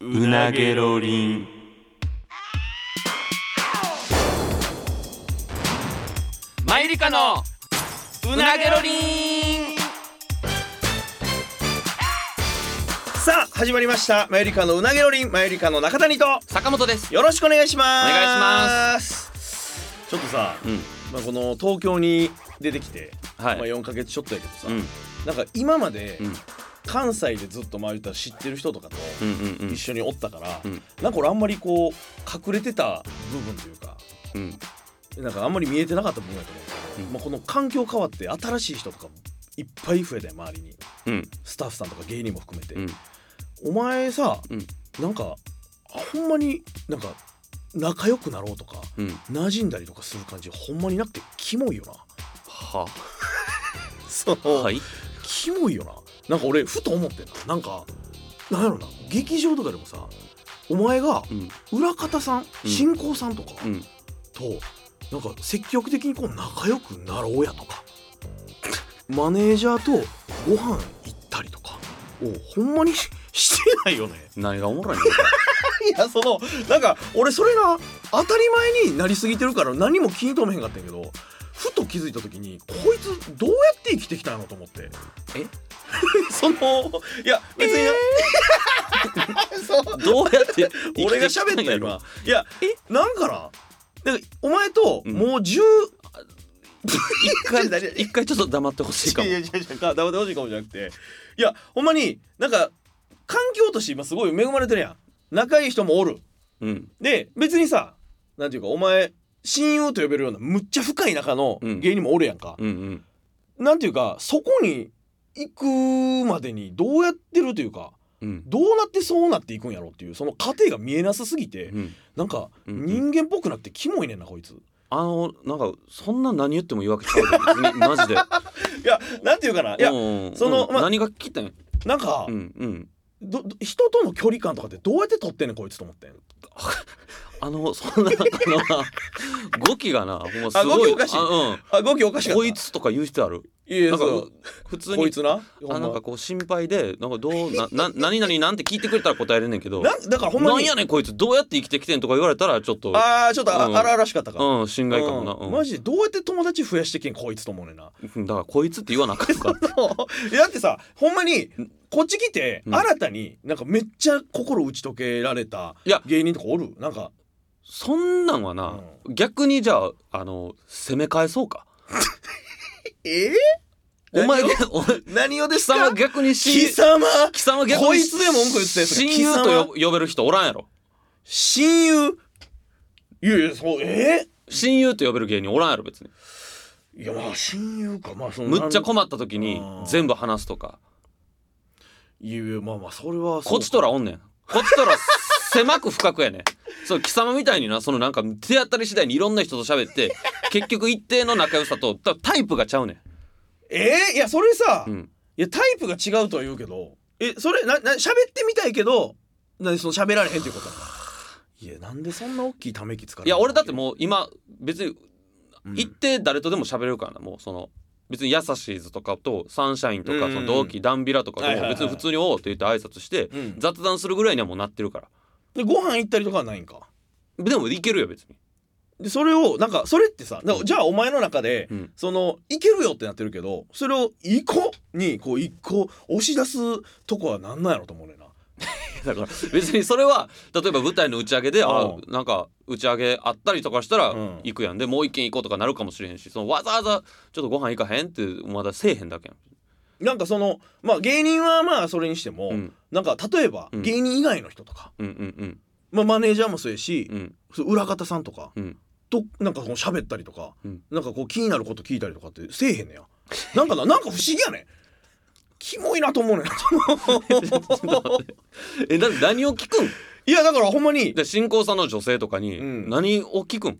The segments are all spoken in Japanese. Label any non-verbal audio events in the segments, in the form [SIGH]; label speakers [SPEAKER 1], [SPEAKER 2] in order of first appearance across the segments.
[SPEAKER 1] うなげろりん
[SPEAKER 2] マイリカのうなげろりん
[SPEAKER 3] さあ始まりましたマユリカのうなげろりんマユリカの中谷と
[SPEAKER 2] 坂本です
[SPEAKER 3] よろしくお願いします
[SPEAKER 2] お願
[SPEAKER 3] いしますちょっとさ、
[SPEAKER 2] うん
[SPEAKER 3] まあ、この東京に出てきて、
[SPEAKER 2] はい
[SPEAKER 3] まあ、4ヶ月ちょっとやけどさ、
[SPEAKER 2] うん
[SPEAKER 3] なんか今まで
[SPEAKER 2] うん
[SPEAKER 3] 関西でずっとまあ言ったら知ってる人とかと
[SPEAKER 2] うんうんうん
[SPEAKER 3] 一緒におったから、
[SPEAKER 2] うん
[SPEAKER 3] なんか俺あんまりこう隠れてた部分というか
[SPEAKER 2] うん
[SPEAKER 3] なんかあんまり見えてなかった部分やと思うんですけど、
[SPEAKER 2] うん
[SPEAKER 3] まあ、この環境変わって新しい人とかもいっぱい増えたよ周りに
[SPEAKER 2] うん
[SPEAKER 3] スタッフさんとか芸人も含めて、
[SPEAKER 2] うん
[SPEAKER 3] お前さ、
[SPEAKER 2] うん
[SPEAKER 3] なんかあほんまになんか仲良くなろうとか
[SPEAKER 2] うん
[SPEAKER 3] 馴染んだりとかする感じほんまになくてキモいよな
[SPEAKER 2] は
[SPEAKER 3] その
[SPEAKER 2] はい
[SPEAKER 3] キモいよななんか俺ふと思ってんななんかなんやろな劇場とかでもさお前が
[SPEAKER 2] うん
[SPEAKER 3] 裏方さん
[SPEAKER 2] うん
[SPEAKER 3] 進行さんとか
[SPEAKER 2] うん
[SPEAKER 3] と、なんか積極的にこう仲良くなろうやとかマネージャーとご飯行ったりとかをほんまにししてないよね
[SPEAKER 2] 何がおもろいの
[SPEAKER 3] いやそのなんか俺それが当たり前になりすぎてるから何も気に留めへんかったんやけどふと気づいた時にこいつどうやって生きてきたのと思って
[SPEAKER 2] え
[SPEAKER 3] [LAUGHS] そのいや別に、 [LAUGHS] そう
[SPEAKER 2] どうやって生きてきたんやろ
[SPEAKER 3] 俺が喋った今いやなんかななんかお前と
[SPEAKER 2] うん
[SPEAKER 3] もう10、
[SPEAKER 2] 一回一回ちょっと黙ってほしいかも
[SPEAKER 3] いやいやいやいやか黙ってほしいかもじゃなくていやほんまになんか環境として今すごい恵まれてるやん仲いい人もおる
[SPEAKER 2] うん
[SPEAKER 3] で別にさなんていうかお前親友と呼べるようなむっちゃ深い仲の
[SPEAKER 2] うん
[SPEAKER 3] 芸人もおるやんか、
[SPEAKER 2] うんうん
[SPEAKER 3] なんていうかそこに行くまでにどうやってるというか
[SPEAKER 2] うん
[SPEAKER 3] どうなってそうなっていくんやろっていうその過程が見えなさすぎて、
[SPEAKER 2] うん
[SPEAKER 3] なんか
[SPEAKER 2] うんうん
[SPEAKER 3] 人間っぽくなってキモいねんなこいつ。
[SPEAKER 2] あのなんかそんな何言っても言うわけちゃうで別にマジで
[SPEAKER 3] いやなんていうかないや
[SPEAKER 2] うんうん
[SPEAKER 3] その
[SPEAKER 2] うん
[SPEAKER 3] ま
[SPEAKER 2] 何が聞きたいん
[SPEAKER 3] なんか、
[SPEAKER 2] うんうん
[SPEAKER 3] どど人との距離感とかってどうやって取ってんねんこいつと思ってん。
[SPEAKER 2] あのそんなあ [LAUGHS] のな語気がなほんます
[SPEAKER 3] あ語
[SPEAKER 2] ご
[SPEAKER 3] 気
[SPEAKER 2] い
[SPEAKER 3] おかしい
[SPEAKER 2] あ
[SPEAKER 3] あ動きおかし
[SPEAKER 2] う
[SPEAKER 3] か
[SPEAKER 2] ん
[SPEAKER 3] った
[SPEAKER 2] こいつとか言う人ある
[SPEAKER 3] いやい
[SPEAKER 2] な
[SPEAKER 3] や
[SPEAKER 2] んか
[SPEAKER 3] そう
[SPEAKER 2] 普通
[SPEAKER 3] こ
[SPEAKER 2] に
[SPEAKER 3] いつなほ
[SPEAKER 2] あ
[SPEAKER 3] んま
[SPEAKER 2] なんかこう心配でなんかどうな [LAUGHS] な何々なんて聞いてくれたら答えれんねんけど
[SPEAKER 3] なんだからほんま
[SPEAKER 2] なん
[SPEAKER 3] に
[SPEAKER 2] やねんこいつどうやって生きてきてんとか言われたらちょっと
[SPEAKER 3] ああちょっとあ
[SPEAKER 2] うん
[SPEAKER 3] 荒々しかったから。
[SPEAKER 2] うん心外かもな、うん
[SPEAKER 3] マジでどうやって友達増やしてけんこいつと思うねんな [LAUGHS]
[SPEAKER 2] うんだからこいつって言わなあかんから
[SPEAKER 3] いやだってさほんまにこっち来て
[SPEAKER 2] うん
[SPEAKER 3] 新たになんかめっちゃ心打ち解けられた
[SPEAKER 2] いや
[SPEAKER 3] 芸人とかおるなんか
[SPEAKER 2] そんなんはな、逆にじゃああの攻め返そうか
[SPEAKER 3] ええ
[SPEAKER 2] お前
[SPEAKER 3] 何を
[SPEAKER 2] お [LAUGHS] 前
[SPEAKER 3] 何をで
[SPEAKER 2] 貴
[SPEAKER 3] すか
[SPEAKER 2] 様逆に
[SPEAKER 3] 貴
[SPEAKER 2] し
[SPEAKER 3] 様
[SPEAKER 2] 貴様逆に
[SPEAKER 3] こいつで文句言ってたやつが
[SPEAKER 2] 親友
[SPEAKER 3] 貴様
[SPEAKER 2] と呼呼べる人おらんやろ
[SPEAKER 3] 親友いやいやそうえ
[SPEAKER 2] 親友と呼べる芸人おらんやろ別に
[SPEAKER 3] えいやまあ親友かまあその
[SPEAKER 2] むっち
[SPEAKER 3] な
[SPEAKER 2] ゃ
[SPEAKER 3] ん
[SPEAKER 2] 困った時に
[SPEAKER 3] うん
[SPEAKER 2] 全部話すとか
[SPEAKER 3] いやいやまあまあそれはそう
[SPEAKER 2] こっちとらおんねんこっちとら狭く深くやねん [LAUGHS] そう貴様みたいになそのなんか手当たり次第にいろんな人と
[SPEAKER 3] [LAUGHS]
[SPEAKER 2] 喋って結局一定の仲良さとたタイプがちゃうねん
[SPEAKER 3] ええいやそれさ、
[SPEAKER 2] う
[SPEAKER 3] い
[SPEAKER 2] ん
[SPEAKER 3] やタイプが違うとは言うけどえそれなな喋ってみたいけど何その喋られへんっていうことなのいやなんでそんな大きいため息つか
[SPEAKER 2] いや俺だって
[SPEAKER 3] う、
[SPEAKER 2] もう今別に
[SPEAKER 3] うん
[SPEAKER 2] 行って誰とでも喋れるからなもうその別にヤサシーズとかとサンシャインと
[SPEAKER 3] うんう
[SPEAKER 2] か
[SPEAKER 3] ん
[SPEAKER 2] その同期ダンビラとか
[SPEAKER 3] はい
[SPEAKER 2] で
[SPEAKER 3] はいはい
[SPEAKER 2] も別に普通に「おう」って言って挨拶して
[SPEAKER 3] うん
[SPEAKER 2] 雑談するぐらいにはもうなってるから
[SPEAKER 3] でご飯行ったりとかはないんか
[SPEAKER 2] でもいけるよ別に
[SPEAKER 3] でそれをなんかそれってさだからじゃあお前の中で、
[SPEAKER 2] うん
[SPEAKER 3] その行けるよってなってるけどそれを「行こ」にこう一個押し出すとこはなんなんやろと思うねんな
[SPEAKER 2] [LAUGHS] だから別にそれは例えば舞台の打ち上げであ
[SPEAKER 3] う
[SPEAKER 2] なんか打ち上げあったりとかしたら
[SPEAKER 3] うん
[SPEAKER 2] 行くやんでもう一軒行こうとかなるかもしれへんしそのわざわざちょっとご飯行かへんってまだせえへんだけやん
[SPEAKER 3] なんかそのまあ芸人はまあそれにしても、
[SPEAKER 2] うん
[SPEAKER 3] なんか例えば、
[SPEAKER 2] うん
[SPEAKER 3] 芸人以外の人とか、
[SPEAKER 2] うんうん
[SPEAKER 3] まあ、マネージャーもそうやし、
[SPEAKER 2] うんうん
[SPEAKER 3] そう裏方さんとか
[SPEAKER 2] うん
[SPEAKER 3] となんかこう喋ったりとか、
[SPEAKER 2] うん
[SPEAKER 3] なんかこう気になること聞いたりとかってせえへんねやなんかななんか不思議やねんキモいなと思うねん
[SPEAKER 2] えだ何を聞くん
[SPEAKER 3] いやだからほんまにい
[SPEAKER 2] で新婚さんの女性とかに
[SPEAKER 3] うん
[SPEAKER 2] 何を聞くん、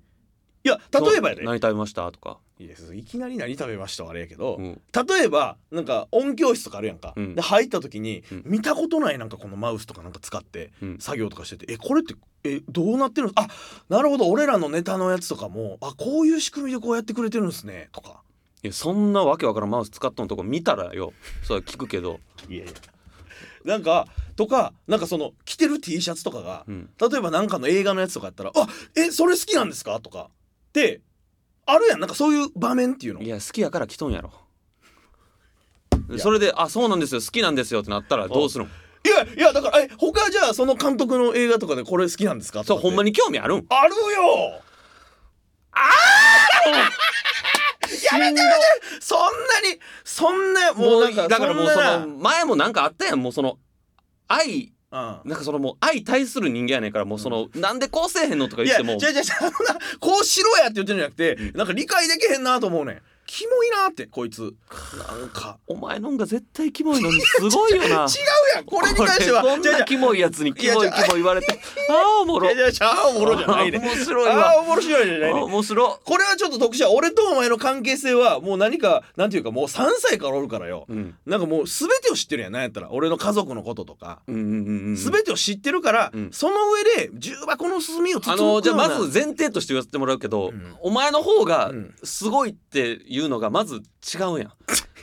[SPEAKER 3] や例えばやで、
[SPEAKER 2] 何食べましたとか、
[SPEAKER 3] いやそういきなり何食べましたはあれやけど、
[SPEAKER 2] うん
[SPEAKER 3] 例えばなんか音響室とかあるやんか、
[SPEAKER 2] うん
[SPEAKER 3] で入った時に、
[SPEAKER 2] うん
[SPEAKER 3] 見たことないなんかこのマウスとかなんか使って
[SPEAKER 2] うん
[SPEAKER 3] 作業とかしてて、えこれってえどうなってるんあなるほど俺らのネタのやつとかもあこういう仕組みでこうやってくれてるんですねとか
[SPEAKER 2] いやそんなわけわからんマウス使っとんとこ見たらよそれは聞くけど
[SPEAKER 3] いやいやなんかとかなんかその着てる T シャツとかが
[SPEAKER 2] うん
[SPEAKER 3] 例えばなんかの映画のやつとかやったら「あえそれ好きなんですか?」とかってあるやんなんかそういう場面っていうの
[SPEAKER 2] いや好きやから来とんやろ
[SPEAKER 3] いや
[SPEAKER 2] それで「あそうなんですよ好きなんですよ」ってなったらどうするの
[SPEAKER 3] いやいやだからえ他じゃあその監督の映画とかでこれ好きなんですかと
[SPEAKER 2] そう
[SPEAKER 3] かって
[SPEAKER 2] ほんまに興味あるん
[SPEAKER 3] あるよ
[SPEAKER 2] やめて
[SPEAKER 3] そんなにそんなも
[SPEAKER 2] も
[SPEAKER 3] う
[SPEAKER 2] う
[SPEAKER 3] なんか
[SPEAKER 2] だからもうそ
[SPEAKER 3] んな
[SPEAKER 2] の前もなんかあったやんもうその愛
[SPEAKER 3] な
[SPEAKER 2] なんかそのもう相対する人間やねんからもうその、なんでこうせえへんのとか
[SPEAKER 3] うんい
[SPEAKER 2] 言っ
[SPEAKER 3] や
[SPEAKER 2] て
[SPEAKER 3] 違う違う違
[SPEAKER 2] も
[SPEAKER 3] うあのなこうしろやって言ってるんじゃなくて、
[SPEAKER 2] うん
[SPEAKER 3] なんか理解できへんなと思うねんキモいなってこいつなんか
[SPEAKER 2] お前のんが絶対キモいのにすごいよ
[SPEAKER 3] [LAUGHS]
[SPEAKER 2] な
[SPEAKER 3] 違うやんこれに関しては
[SPEAKER 2] これこん
[SPEAKER 3] 違う違
[SPEAKER 2] な
[SPEAKER 3] う
[SPEAKER 2] キモいやつにキモ
[SPEAKER 3] い
[SPEAKER 2] い
[SPEAKER 3] や
[SPEAKER 2] キモい言われ
[SPEAKER 3] [LAUGHS]
[SPEAKER 2] てああおもろ
[SPEAKER 3] いやいやあおもろじゃないね
[SPEAKER 2] あー面白い
[SPEAKER 3] あ
[SPEAKER 2] わ
[SPEAKER 3] あー面白いじゃ
[SPEAKER 2] あ
[SPEAKER 3] ない
[SPEAKER 2] ー
[SPEAKER 3] ね
[SPEAKER 2] 面白
[SPEAKER 3] これはちょっと特殊や俺とお前の関係性はもう何かなんていうかもう3歳からおるからよ
[SPEAKER 2] うん
[SPEAKER 3] なんかもう全てを知ってるやんなんやったら俺の家族のこととか
[SPEAKER 2] うんうんうんうん
[SPEAKER 3] 全てを知ってるから、
[SPEAKER 2] うん
[SPEAKER 3] その上で重箱の隅をつつ
[SPEAKER 2] あ
[SPEAKER 3] むような
[SPEAKER 2] のじゃあまず前提として言わせてもらうけど、
[SPEAKER 3] うん
[SPEAKER 2] お前の方が
[SPEAKER 3] うん
[SPEAKER 2] すごいっていうのがまず違う
[SPEAKER 3] [LAUGHS]
[SPEAKER 2] やん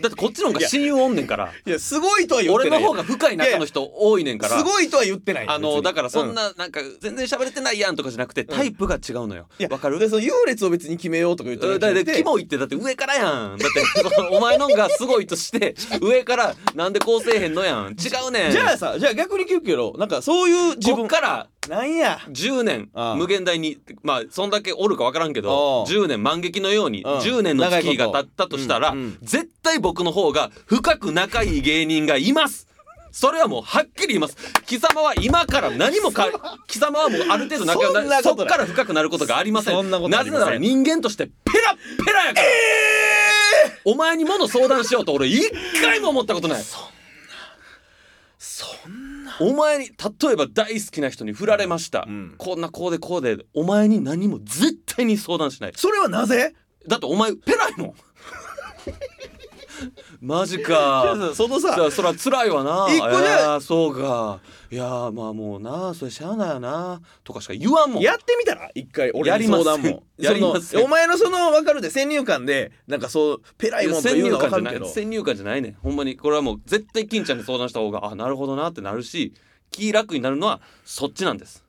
[SPEAKER 2] だってこっちの方が親友おんねんから
[SPEAKER 3] いやすごいとは言って
[SPEAKER 2] 俺
[SPEAKER 3] な
[SPEAKER 2] の
[SPEAKER 3] い
[SPEAKER 2] 方が深い中の人多いねんから
[SPEAKER 3] すごいとは言ってない
[SPEAKER 2] あ
[SPEAKER 3] 別
[SPEAKER 2] の
[SPEAKER 3] に
[SPEAKER 2] だからそん
[SPEAKER 3] う
[SPEAKER 2] ななんか全然喋れてないやんとかじゃなくてタイプが違うのよ
[SPEAKER 3] いや
[SPEAKER 2] わかる
[SPEAKER 3] でその優劣を別に決めようとか言ってる
[SPEAKER 2] だ
[SPEAKER 3] わけじゃなく
[SPEAKER 2] って
[SPEAKER 3] て
[SPEAKER 2] キモいってだって上からやんだって [LAUGHS] そのお前のんがすごいとして上からなんでこうせえへんのやん違うねん
[SPEAKER 3] じゃあさじゃあ逆に聞くけどなんかそういう自
[SPEAKER 2] こっ
[SPEAKER 3] 分
[SPEAKER 2] から
[SPEAKER 3] なんや
[SPEAKER 2] 10年
[SPEAKER 3] ああ
[SPEAKER 2] 無限大にまあそんだけおるか分からんけど
[SPEAKER 3] ああ
[SPEAKER 2] 10年万劇のように
[SPEAKER 3] うん
[SPEAKER 2] 10年の月日が
[SPEAKER 3] 長
[SPEAKER 2] 経
[SPEAKER 3] いこと
[SPEAKER 2] ったとしたら
[SPEAKER 3] うんうん
[SPEAKER 2] 絶対僕の方が深く仲いい芸人がいますそれはもうはっきり言います貴様は今から何もか貴様はもうある程度仲良くなる
[SPEAKER 3] そ
[SPEAKER 2] そ
[SPEAKER 3] んなことな
[SPEAKER 2] っ
[SPEAKER 3] い
[SPEAKER 2] から深くなることがありません
[SPEAKER 3] そんなことあ
[SPEAKER 2] な
[SPEAKER 3] り
[SPEAKER 2] ぜ
[SPEAKER 3] ません
[SPEAKER 2] なら人間としてペラッペラやからお前にもの相談しようと俺一回も思ったことない
[SPEAKER 3] そんな
[SPEAKER 2] お前に例えば大好きな人に振られました、
[SPEAKER 3] うん
[SPEAKER 2] こんなこうでこうでお前に何も絶対に相談しない
[SPEAKER 3] それはなぜ
[SPEAKER 2] だってお前ペライもんマジか
[SPEAKER 3] その
[SPEAKER 2] じゃ
[SPEAKER 3] さ
[SPEAKER 2] あそら辛いわな
[SPEAKER 3] 一個じゃ
[SPEAKER 2] いやーそうかいやーまあもうなそれしゃあないよなとかしか言わんもん
[SPEAKER 3] やってみたら一回俺に相談も
[SPEAKER 2] [LAUGHS] やりませんやりません
[SPEAKER 3] そのお前のその分かるで先入観でなんかそうペライ
[SPEAKER 2] いや
[SPEAKER 3] もんと
[SPEAKER 2] 先
[SPEAKER 3] いう
[SPEAKER 2] 入
[SPEAKER 3] のは
[SPEAKER 2] 観
[SPEAKER 3] 分か
[SPEAKER 2] じゃ
[SPEAKER 3] る
[SPEAKER 2] な
[SPEAKER 3] け
[SPEAKER 2] い
[SPEAKER 3] ど
[SPEAKER 2] 先入観じゃないねほんまにこれはもう絶対金ちゃんに相談した方があなるほどなってなるし気楽になるのはそっちなんです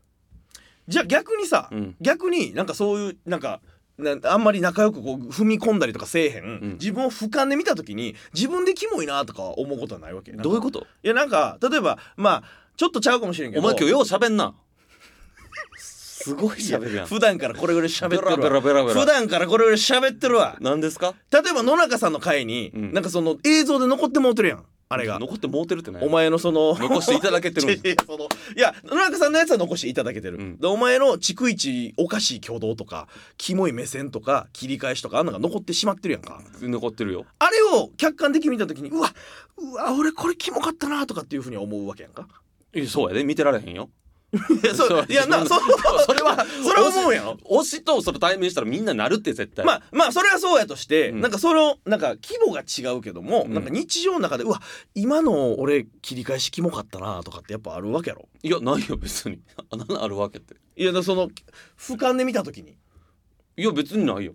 [SPEAKER 3] じゃあ逆にさ、
[SPEAKER 2] うん
[SPEAKER 3] 逆になんかそういうなんかなあんまり仲良くこう踏み込んだりとかせえへん、
[SPEAKER 2] ん
[SPEAKER 3] 自分を俯瞰で見た時に自分でキモいなとか思うことはないわけ
[SPEAKER 2] どういうことと
[SPEAKER 3] いやなんか例えばまあちょっとちゃうかもしれんけ
[SPEAKER 2] お
[SPEAKER 3] ど
[SPEAKER 2] 前今日よう喋んなすごい喋るやん
[SPEAKER 3] 普段からこれぐらい喋ってるわ
[SPEAKER 2] ベラベラベラベラ
[SPEAKER 3] 普段からこれぐらい喋ってるわ
[SPEAKER 2] 何ですか
[SPEAKER 3] 例えば野中さんの回に、
[SPEAKER 2] うん
[SPEAKER 3] なんかその映像で残ってもうてるやんあ
[SPEAKER 2] あ
[SPEAKER 3] れが
[SPEAKER 2] 残ってもうてるってね
[SPEAKER 3] お前のその
[SPEAKER 2] 残していただけ
[SPEAKER 3] [LAUGHS]
[SPEAKER 2] てる
[SPEAKER 3] い
[SPEAKER 2] ん
[SPEAKER 3] やそのいや野中さんのやつは残していただけてる、
[SPEAKER 2] うん
[SPEAKER 3] でお前の逐一おかしい挙動とかキモい目線とか切り返しとかあんなのが残ってしまってるやんか [LAUGHS]
[SPEAKER 2] 残ってるよ
[SPEAKER 3] あれを客観的に見た時にうわうわ俺これキモかったなとかっていうふうに思うわけやんか
[SPEAKER 2] いやそうやで見てられへんよ
[SPEAKER 3] いやそういやなそ
[SPEAKER 2] それ [LAUGHS] は
[SPEAKER 3] それは思うやん
[SPEAKER 2] 推しとその対面したらみんななるって絶対
[SPEAKER 3] まあまあそれはそうやとして、
[SPEAKER 2] うん
[SPEAKER 3] なんかそのなんか規模が違うけども、
[SPEAKER 2] うん
[SPEAKER 3] なんか日常の中でうわ今の俺切り返しキモかったなとかってやっぱあるわけやろ
[SPEAKER 2] いやないよ別に [LAUGHS] あなんあるわけって
[SPEAKER 3] いやだからその俯瞰で見た時に
[SPEAKER 2] いや別にないよ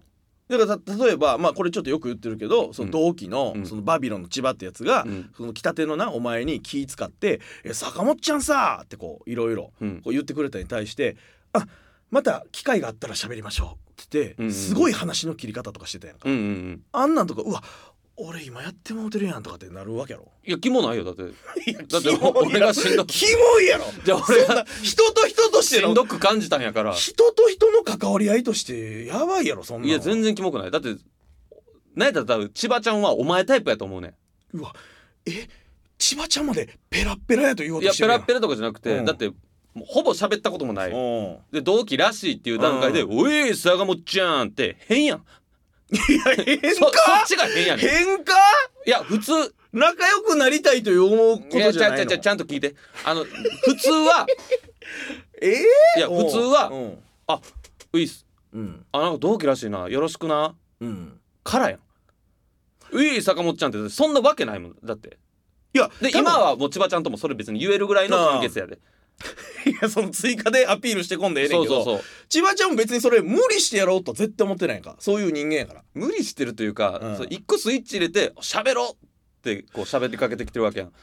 [SPEAKER 3] だからた例えばまあこれちょっとよく言ってるけどその同期の,、
[SPEAKER 2] うん
[SPEAKER 3] そのバビロンの千葉ってやつが、
[SPEAKER 2] うん
[SPEAKER 3] その来たてのなお前に気使って「え坂本ちゃんさ!」ってこういろいろ
[SPEAKER 2] うん
[SPEAKER 3] こう言ってくれたに対して「あまた機会があったら喋りましょう」って言って、
[SPEAKER 2] うんうん
[SPEAKER 3] すごい話の切り方とかしてたやんか、
[SPEAKER 2] うんうんうん
[SPEAKER 3] あんなんとか「うわ俺今やってもうてるやん」とかってなるわけやろ。
[SPEAKER 2] いや気もないよだって
[SPEAKER 3] いや
[SPEAKER 2] だって
[SPEAKER 3] キモいやろ
[SPEAKER 2] 俺がしんどく
[SPEAKER 3] キモいやろ
[SPEAKER 2] じゃあ俺
[SPEAKER 3] そん
[SPEAKER 2] が
[SPEAKER 3] な人と人として
[SPEAKER 2] し
[SPEAKER 3] の
[SPEAKER 2] んどく感じたんやから
[SPEAKER 3] 人と人の関わり合いとしてやばいやろそんなの
[SPEAKER 2] いや全然キモくないだってなんやったら多分千葉ちゃんはお前タイプやと思うねん
[SPEAKER 3] うわえ千葉ちゃんまでペラッペラやと言おう
[SPEAKER 2] い
[SPEAKER 3] と
[SPEAKER 2] や
[SPEAKER 3] して
[SPEAKER 2] ペ
[SPEAKER 3] るや
[SPEAKER 2] ラ
[SPEAKER 3] ん
[SPEAKER 2] ッペラとかじゃなくて、
[SPEAKER 3] うん
[SPEAKER 2] だってもうほぼ喋ったこともない
[SPEAKER 3] うん
[SPEAKER 2] で同期らしいっていう段階で「
[SPEAKER 3] う
[SPEAKER 2] おい坂本ちゃん」って変やん
[SPEAKER 3] いや変
[SPEAKER 2] そそっちが変やねんい
[SPEAKER 3] 変か
[SPEAKER 2] や普通
[SPEAKER 3] 仲良くなりたいという思うこ
[SPEAKER 2] い
[SPEAKER 3] と
[SPEAKER 2] や
[SPEAKER 3] じ
[SPEAKER 2] ち
[SPEAKER 3] ゃ
[SPEAKER 2] ゃ
[SPEAKER 3] な
[SPEAKER 2] う
[SPEAKER 3] いの
[SPEAKER 2] ちゃうちゃうちゃんと聞いてあの普
[SPEAKER 3] [LAUGHS]
[SPEAKER 2] 通は
[SPEAKER 3] えー
[SPEAKER 2] いや普通
[SPEAKER 3] う
[SPEAKER 2] は
[SPEAKER 3] ん
[SPEAKER 2] 「あういっす
[SPEAKER 3] うん
[SPEAKER 2] あなんか同期らしいなよろしくな
[SPEAKER 3] うん」
[SPEAKER 2] からやん「うい坂本ちゃん」ってそんなわけないもんだって
[SPEAKER 3] いや
[SPEAKER 2] で
[SPEAKER 3] 多分
[SPEAKER 2] 今はもう千葉ちゃんともそれ別に言えるぐらいの関係性やで
[SPEAKER 3] いやその追加でアピールしてこんでええねん
[SPEAKER 2] そう
[SPEAKER 3] け
[SPEAKER 2] そう
[SPEAKER 3] ど
[SPEAKER 2] そう
[SPEAKER 3] 千葉ちゃんも別にそれ無理してやろうとは絶対思ってないからそういう人間やから
[SPEAKER 2] 無理してるというか、
[SPEAKER 3] うん
[SPEAKER 2] そう一個スイッチ入れて「喋ろう!」ってこう喋りかけてきてるわけやん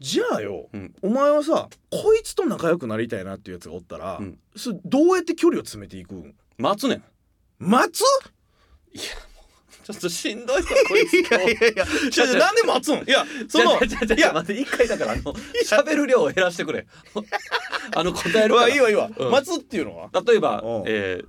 [SPEAKER 3] じゃあよ、
[SPEAKER 2] うん
[SPEAKER 3] お前はさこいつと仲良くなりたいなっていうやつがおったら、
[SPEAKER 2] うん
[SPEAKER 3] それどうやって距離を詰めていくん
[SPEAKER 2] 待つねん
[SPEAKER 3] 待つ
[SPEAKER 2] ちょっとしんどいわこいつ
[SPEAKER 3] やいやちょちょなんで待つんいやその
[SPEAKER 2] いやいやい
[SPEAKER 3] いや
[SPEAKER 2] や待って一回だからあの喋る量を減らしてくれあの答え
[SPEAKER 3] う
[SPEAKER 2] るか
[SPEAKER 3] わ
[SPEAKER 2] ら
[SPEAKER 3] いいわいいわ、
[SPEAKER 2] うん
[SPEAKER 3] 待つっていうのは
[SPEAKER 2] 例えば
[SPEAKER 3] うん、
[SPEAKER 2] えー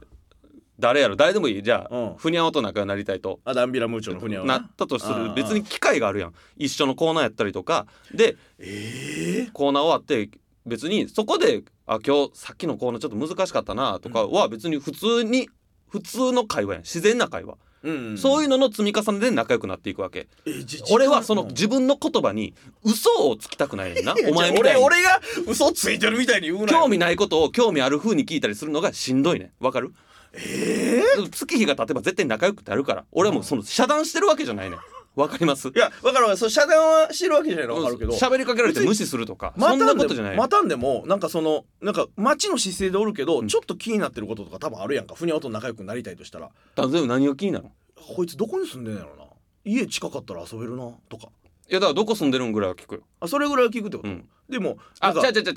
[SPEAKER 2] 誰やろ誰でもいいじゃ
[SPEAKER 3] うん
[SPEAKER 2] あふにゃおと仲良くなりたいと
[SPEAKER 3] あダンビラムーチョのふにゃは
[SPEAKER 2] なったとす
[SPEAKER 3] うんう
[SPEAKER 2] る
[SPEAKER 3] ん
[SPEAKER 2] 別に機会があるやん一緒のコーナーやったりとかで
[SPEAKER 3] ええ
[SPEAKER 2] コーナー終わって別にそこであ今日さっきのコーナーちょっと難しかったなとかは別に普通に普通の会話やん自然な会話、
[SPEAKER 3] うん
[SPEAKER 2] そう
[SPEAKER 3] い
[SPEAKER 2] いうのの積み重ねで仲良くなっていくわけ
[SPEAKER 3] うんえじ
[SPEAKER 2] 俺はその
[SPEAKER 3] うん
[SPEAKER 2] 自分の言葉に嘘をつきたくな
[SPEAKER 3] [LAUGHS]
[SPEAKER 2] いねんなお前み
[SPEAKER 3] じゃ
[SPEAKER 2] たい
[SPEAKER 3] あ
[SPEAKER 2] に
[SPEAKER 3] 俺俺が嘘ついてるみたいに言うなよ
[SPEAKER 2] 興味ないことを興味ある風に聞いたりするのがしんどいねんわかる
[SPEAKER 3] え
[SPEAKER 2] でも月日が経てば絶対仲良くなるから俺はもうその遮断してるわけじゃないねんわかります
[SPEAKER 3] えいやわかるわかるそう遮断はしてるわけじゃないのわかるけど
[SPEAKER 2] 喋りかけられて無視するとかそ
[SPEAKER 3] ま
[SPEAKER 2] ん
[SPEAKER 3] た
[SPEAKER 2] なんことじゃない
[SPEAKER 3] で
[SPEAKER 2] よ
[SPEAKER 3] またんでもなんかそのなんか街の姿勢でおるけど、
[SPEAKER 2] うん
[SPEAKER 3] ちょっと気になってることとか多分あるやんかふにゃおと仲良くなりたいとしたら
[SPEAKER 2] 例えば何が気になるの
[SPEAKER 3] こいつどこに住んでんやろな家近かったら遊べるなとか
[SPEAKER 2] いやだからどこ住んでるんぐらいは聞くよ
[SPEAKER 3] あそれぐらいは聞くってこと、
[SPEAKER 2] うん
[SPEAKER 3] でも
[SPEAKER 2] あ
[SPEAKER 3] なん
[SPEAKER 2] 違う
[SPEAKER 3] か
[SPEAKER 2] 違う違う違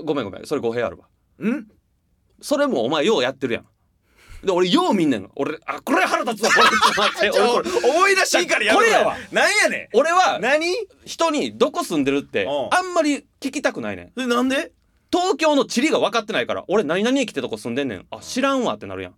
[SPEAKER 2] うごめんごめんそれ語弊あるわ
[SPEAKER 3] ん
[SPEAKER 2] それもお前ようやってるやんで俺よう見んねん俺あこれ腹立つ [LAUGHS] わこれちょっと待って俺これ
[SPEAKER 3] 思い出していいからやめろ
[SPEAKER 2] これやわ
[SPEAKER 3] なんやね
[SPEAKER 2] 俺は
[SPEAKER 3] ん何
[SPEAKER 2] 人にどこ住んでるって
[SPEAKER 3] うん
[SPEAKER 2] あんまり聞きたくないねん
[SPEAKER 3] でなんで
[SPEAKER 2] 東京の地理が分かってないから俺何々駅ってとこ住んでんねんあ知らんわってなるやん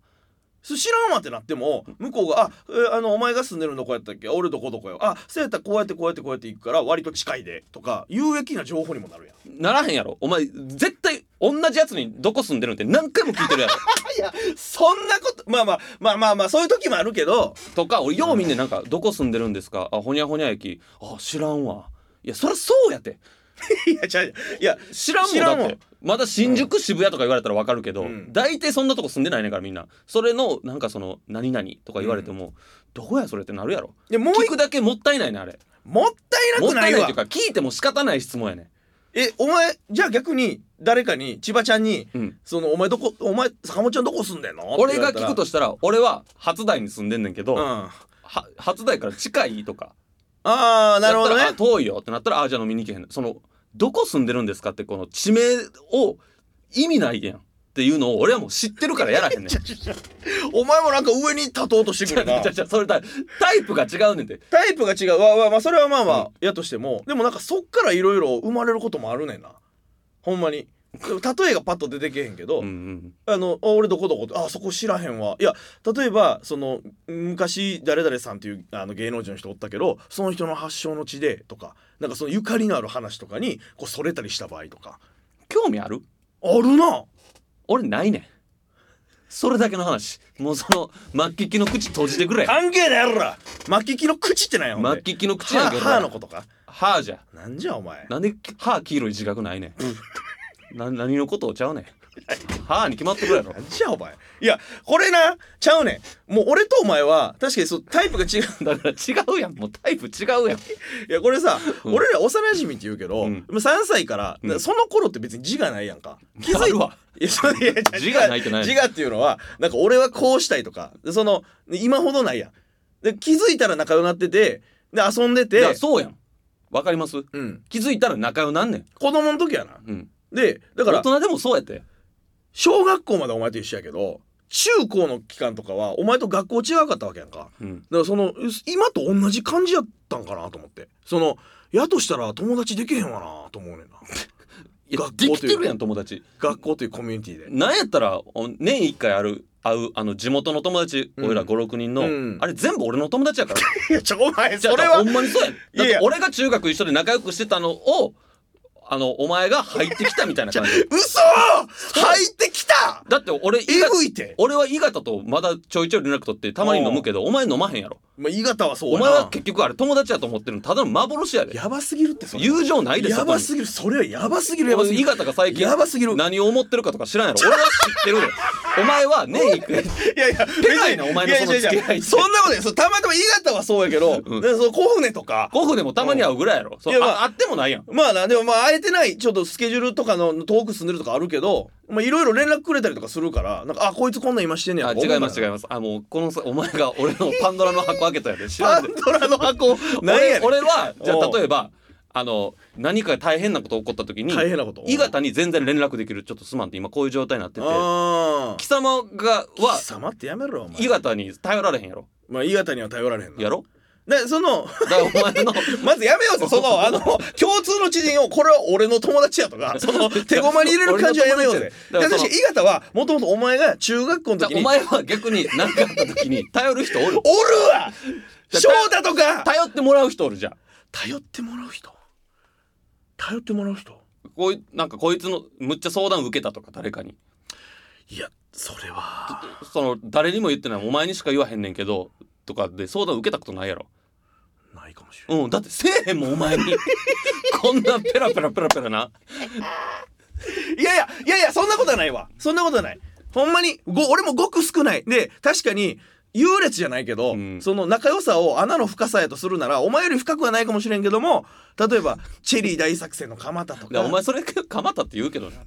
[SPEAKER 3] そ知らんわってなっても向こうが「あ,、えーあのお前が住んでるのこうやったっけ俺どこどこよあそうやったらこうやってこうやってこうやって行くから割と近いで」とか有益な情報にもなるやん
[SPEAKER 2] ならへんやろお前絶対同じやつにどこ住んでるんって何回も聞いて [LAUGHS] るやろ
[SPEAKER 3] いやそんなことまあまあまあまあまあそういう時もあるけど
[SPEAKER 2] とか俺ようみんななんかどこ住んでるんですかあほにゃほにゃ駅あ知らんわいやそりゃそうやって
[SPEAKER 3] い [LAUGHS] や違ういや
[SPEAKER 2] 知らんもん
[SPEAKER 3] 知らん
[SPEAKER 2] だ
[SPEAKER 3] も
[SPEAKER 2] っ
[SPEAKER 3] ん
[SPEAKER 2] てまだ新宿、渋谷とか言われたらわかるけど、
[SPEAKER 3] うん
[SPEAKER 2] 大体そんなとこ住んでないねんからみんなそれのなんかその何々とか言われても、どこやそれってなるやろ
[SPEAKER 3] でもう
[SPEAKER 2] 聞
[SPEAKER 3] 一個
[SPEAKER 2] くだけもったいないねんあれ
[SPEAKER 3] もったいな
[SPEAKER 2] もっ
[SPEAKER 3] くな
[SPEAKER 2] たい
[SPEAKER 3] い
[SPEAKER 2] ないっ
[SPEAKER 3] わ
[SPEAKER 2] ていうか聞いても仕方ない質問やねん
[SPEAKER 3] えお前じゃあ逆に誰かに千葉ちゃんに、
[SPEAKER 2] うん
[SPEAKER 3] そのお前どこお前坂本ちゃんどこ住んでんの
[SPEAKER 2] 俺が聞くと
[SPEAKER 3] し
[SPEAKER 2] したら俺は初台に住んでんねんけど、
[SPEAKER 3] うんあ
[SPEAKER 2] は初台から近いとか
[SPEAKER 3] あーなるほど
[SPEAKER 2] やっ
[SPEAKER 3] ね
[SPEAKER 2] たらあ遠いよってなったらあじゃあ飲みに行けへんそのどこ住んでるんですかってこの地名を意味ないやんっていうのを俺はもう知ってるからやらへんねんちゃ
[SPEAKER 3] お前もなんか上に立とうとしてくるな
[SPEAKER 2] ちゃちゃそれだタイプが違うねんて
[SPEAKER 3] タイプが違うわわまあそれはまあまあ、
[SPEAKER 2] う
[SPEAKER 3] やとしてもでもなんかそっからいろいろ生まれることもあるねんなほんまにでも例えがパッと出てけへんけど、
[SPEAKER 2] うんうん
[SPEAKER 3] あのあ俺どこどこってあそこ知らへんわいや例えばその昔誰々さんっていうあの芸能人の人おったけどその人の発祥の地でとかなんかそのゆかりのある話とかにこうそれたりした場合とか
[SPEAKER 2] 興味ある
[SPEAKER 3] あるな
[SPEAKER 2] 俺ないねんそれだけの話もうその末期の口閉じてくれ
[SPEAKER 3] 関係ないやろら巻き木の口ってなんやほんで
[SPEAKER 2] 末期の口やんけ
[SPEAKER 3] は
[SPEAKER 2] ど
[SPEAKER 3] 歯のことか
[SPEAKER 2] 歯じゃ
[SPEAKER 3] なんじゃお前
[SPEAKER 2] なんで歯黄色い自覚ないねん [LAUGHS] な何のことをちゃうねん歯に決まってくれやろ
[SPEAKER 3] なんじゃお前いやこれなちゃうねんもう俺とお前は確かにそうタイプが違う
[SPEAKER 2] だから違うやんもうタイプ違うや
[SPEAKER 3] い
[SPEAKER 2] ん
[SPEAKER 3] やこれさ、
[SPEAKER 2] うん
[SPEAKER 3] 俺ら幼馴染って言うけど、
[SPEAKER 2] うん
[SPEAKER 3] まあ3歳から、
[SPEAKER 2] うん
[SPEAKER 3] その頃って別に字がないやんか気
[SPEAKER 2] あ
[SPEAKER 3] づい
[SPEAKER 2] るわ
[SPEAKER 3] いやそういや
[SPEAKER 2] 字がないってない
[SPEAKER 3] 自我っていうのはなんか俺はこうしたいとかその今ほどないやんで気づいたら仲良くなっててで遊んで
[SPEAKER 2] い
[SPEAKER 3] て
[SPEAKER 2] やそうやんわかります
[SPEAKER 3] うん、
[SPEAKER 2] 気づいたら仲良なんねん、
[SPEAKER 3] 子供の時やな
[SPEAKER 2] うん、
[SPEAKER 3] でだか
[SPEAKER 2] 大
[SPEAKER 3] ら
[SPEAKER 2] 人でもそうやって
[SPEAKER 3] 小学校までお前と一緒やけど中高の期間とかはお前と学校違うかったわけやんか
[SPEAKER 2] うん
[SPEAKER 3] だからその今と同じ感じやったんかなと思ってそのやとしたら友達できへんわなと思う
[SPEAKER 2] [LAUGHS]
[SPEAKER 3] ねんない
[SPEAKER 2] や
[SPEAKER 3] 学校と
[SPEAKER 2] で
[SPEAKER 3] いう
[SPEAKER 2] きてるやん友達
[SPEAKER 3] 学校というコミュニティで
[SPEAKER 2] なんやったらお年一回ある会うあの地元の友達、
[SPEAKER 3] うん
[SPEAKER 2] 俺ら56人の、
[SPEAKER 3] うん
[SPEAKER 2] あれ全部俺の友達
[SPEAKER 3] [LAUGHS]
[SPEAKER 2] やから
[SPEAKER 3] いやちょお前
[SPEAKER 2] じゃあほんまにそうやんだっ
[SPEAKER 3] いや
[SPEAKER 2] て俺が中学一緒で仲良くしてたのをあのお前が入ってきたみたいな
[SPEAKER 3] [LAUGHS]
[SPEAKER 2] 感じ
[SPEAKER 3] 嘘入ってきた
[SPEAKER 2] だって俺伊
[SPEAKER 3] え
[SPEAKER 2] 賀
[SPEAKER 3] ぐいて
[SPEAKER 2] 俺は伊賀田とまだちょいちょい連絡取ってたまに飲むけどお前飲まへんやろ
[SPEAKER 3] まあ、伊方はそう
[SPEAKER 2] お
[SPEAKER 3] やな
[SPEAKER 2] 前は結局あれ友達やと思ってるのただの幻やで
[SPEAKER 3] やばすぎるってそれ
[SPEAKER 2] 友情ないで
[SPEAKER 3] や
[SPEAKER 2] そこ
[SPEAKER 3] ば
[SPEAKER 2] に
[SPEAKER 3] すぎるそれはやばすぎるやばすぎ
[SPEAKER 2] 伊
[SPEAKER 3] る
[SPEAKER 2] 方が最近
[SPEAKER 3] やばすぎる
[SPEAKER 2] 何を思ってるかとか知らんやろ俺は知ってるよお前は年一回
[SPEAKER 3] いやいや
[SPEAKER 2] ペライなお前のその付き合い
[SPEAKER 3] やややそんなことないそうたまたま伊方はそうやけど、
[SPEAKER 2] うん
[SPEAKER 3] でその小船とか
[SPEAKER 2] 5分でもたまに会うぐらいやろそう
[SPEAKER 3] いやまあ
[SPEAKER 2] あ会ってもないやん
[SPEAKER 3] まあなでもまあ会えてないちょっとスケジュールとかの遠く住んでるとかあるけどまあいろいろ連絡くれたりとかするからなんかあこいつこんなん今してんねや
[SPEAKER 2] あ
[SPEAKER 3] とか
[SPEAKER 2] 違います違い
[SPEAKER 3] い
[SPEAKER 2] ますあもうこのさお前 [LAUGHS] が俺のパンドラの箱開けたやで知
[SPEAKER 3] パ
[SPEAKER 2] らんで [LAUGHS]
[SPEAKER 3] ンドラの箱なんやね
[SPEAKER 2] 俺
[SPEAKER 3] ん
[SPEAKER 2] 俺はじゃあ
[SPEAKER 3] おう
[SPEAKER 2] 例えばあの何か大変なこと起こった時に
[SPEAKER 3] 大変なこと
[SPEAKER 2] 伊方に全然連絡できるちょっとすまんって今こういう状態になってて
[SPEAKER 3] あ
[SPEAKER 2] 貴様が
[SPEAKER 3] あ
[SPEAKER 2] は
[SPEAKER 3] 貴様ってやめろお前
[SPEAKER 2] 伊方に頼られへんやろ
[SPEAKER 3] まあ伊方には頼られへんな
[SPEAKER 2] やろ
[SPEAKER 3] でその
[SPEAKER 2] だからお [LAUGHS] 前の
[SPEAKER 3] まずやめようぜそ [LAUGHS] のあの共通の知人をこれは俺の友達やとかそ [LAUGHS] の手駒に入れる感じはやめようぜ
[SPEAKER 2] 俺
[SPEAKER 3] だか
[SPEAKER 2] の友達やだかららその
[SPEAKER 3] 伊方はもともとお前が中学校の
[SPEAKER 2] じゃあ
[SPEAKER 3] 時
[SPEAKER 2] お
[SPEAKER 3] に
[SPEAKER 2] 前は逆に何かあった時に頼る人おる
[SPEAKER 3] おるわ翔太とか
[SPEAKER 2] [LAUGHS] 頼ってもらう人おるじゃん
[SPEAKER 3] 頼ってもらう人頼ってもらう人
[SPEAKER 2] こいなんかこいつのむっちゃ相談受けたとか誰かに
[SPEAKER 3] いやそれは
[SPEAKER 2] その誰にも言ってないお前にしか言わへんねんけどとかで相談受けたことないやろ
[SPEAKER 3] ないかもしれない、
[SPEAKER 2] うんだってせえへんもんお
[SPEAKER 3] [LAUGHS]
[SPEAKER 2] 前にこんなペラペラペラペラない
[SPEAKER 3] やいやいやいやそんなことはないわそんなことはないほんまにご俺もごく少ないで確かに優劣じゃないけど、
[SPEAKER 2] うん
[SPEAKER 3] その仲良さを穴の深さやとするならお前より深くはないかもしれんけども例えばチェリー大作戦の鎌田と
[SPEAKER 2] いや
[SPEAKER 3] か
[SPEAKER 2] お前それ蒲田って言うけどな